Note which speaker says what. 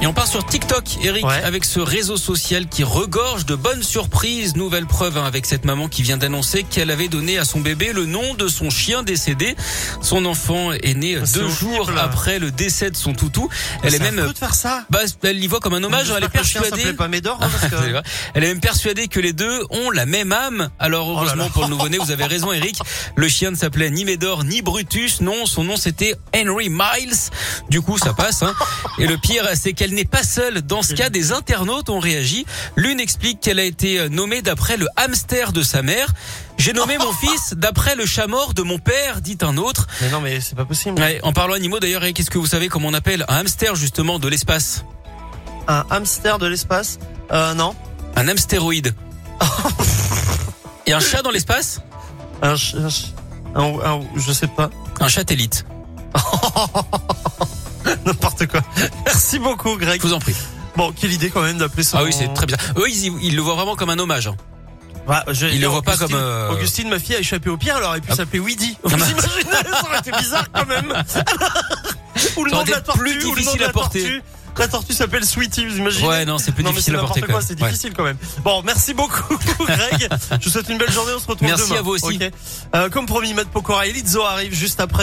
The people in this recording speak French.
Speaker 1: Et on part sur TikTok, Eric,
Speaker 2: Ouais.
Speaker 1: avec ce réseau social qui regorge de bonnes surprises. Nouvelle preuve hein, avec cette maman qui vient d'annoncer qu'elle avait donné à son bébé le nom de son chien décédé. Son enfant est né
Speaker 2: Ah, c'est
Speaker 1: deux
Speaker 2: horrible.
Speaker 1: jours après le décès de son toutou. Elle est, même,
Speaker 2: de faire ça.
Speaker 1: bah, elle l'y voit comme un hommage.
Speaker 2: J'espère
Speaker 1: Elle est
Speaker 2: que le chien
Speaker 1: persuadée.
Speaker 2: s'appelait pas Médor, hein, parce que-
Speaker 1: Vous allez voir. Elle est même persuadée que les deux ont la même âme. Alors
Speaker 2: Oh là
Speaker 1: heureusement
Speaker 2: là.
Speaker 1: pour le nouveau-né, vous avez raison Eric, le chien ne s'appelait ni Médor ni Brutus, non, son nom c'était Henry Miles. Du coup, ça passe. hein. Et le pire, c'est qu'elle n'est pas seule. Dans ce cas, des internautes ont réagi. L'une explique qu'elle a été nommée d'après le hamster de sa mère. J'ai nommé mon fils d'après le chat mort de mon père, dit un autre.
Speaker 2: Mais non, mais c'est pas possible.
Speaker 1: Ouais, en parlant animaux d'ailleurs, Eric, qu'est-ce que vous savez comment on appelle un hamster justement de l'espace
Speaker 2: Un hamster de l'espace Euh, non.
Speaker 1: Un hamstéroïde. Et un chat dans l'espace
Speaker 2: Un, ch- un ch- un- un- je sais pas.
Speaker 1: Un satellite.
Speaker 2: N'importe quoi. Merci beaucoup, Greg.
Speaker 1: Je vous en prie.
Speaker 2: Bon, quelle idée quand même d'appeler son.
Speaker 1: Ah oui, c'est très bizarre. Eux, ils, ils le voient vraiment comme un hommage. hein.
Speaker 2: Bah, je-
Speaker 1: Ils le voient pas
Speaker 2: Augustine-
Speaker 1: comme, euh,
Speaker 2: Augustine, ma fille, a échappé au pire, alors elle aurait pu
Speaker 1: Ah.
Speaker 2: s'appeler Weedy.
Speaker 1: Ah
Speaker 2: Vous
Speaker 1: bah.
Speaker 2: imaginez, ça aurait été bizarre quand même. ou le
Speaker 1: Ça
Speaker 2: nom
Speaker 1: aurait
Speaker 2: de la
Speaker 1: été plus
Speaker 2: tortue, ou le nom
Speaker 1: difficile
Speaker 2: de la
Speaker 1: à porter.
Speaker 2: tortue. La tortue s'appelle Sweetie, vous imaginez
Speaker 1: Ouais, non, c'est plus
Speaker 2: Non, mais c'est
Speaker 1: difficile à porter
Speaker 2: n'importe
Speaker 1: quand
Speaker 2: quoi,
Speaker 1: même.
Speaker 2: c'est
Speaker 1: Ouais.
Speaker 2: difficile quand même. Bon, merci beaucoup, Greg. Je vous souhaite une belle journée, on se retrouve
Speaker 1: Merci
Speaker 2: demain.
Speaker 1: à vous aussi.
Speaker 2: ok Euh, comme promis, Matt Pokora et Lizzo arrivent juste après.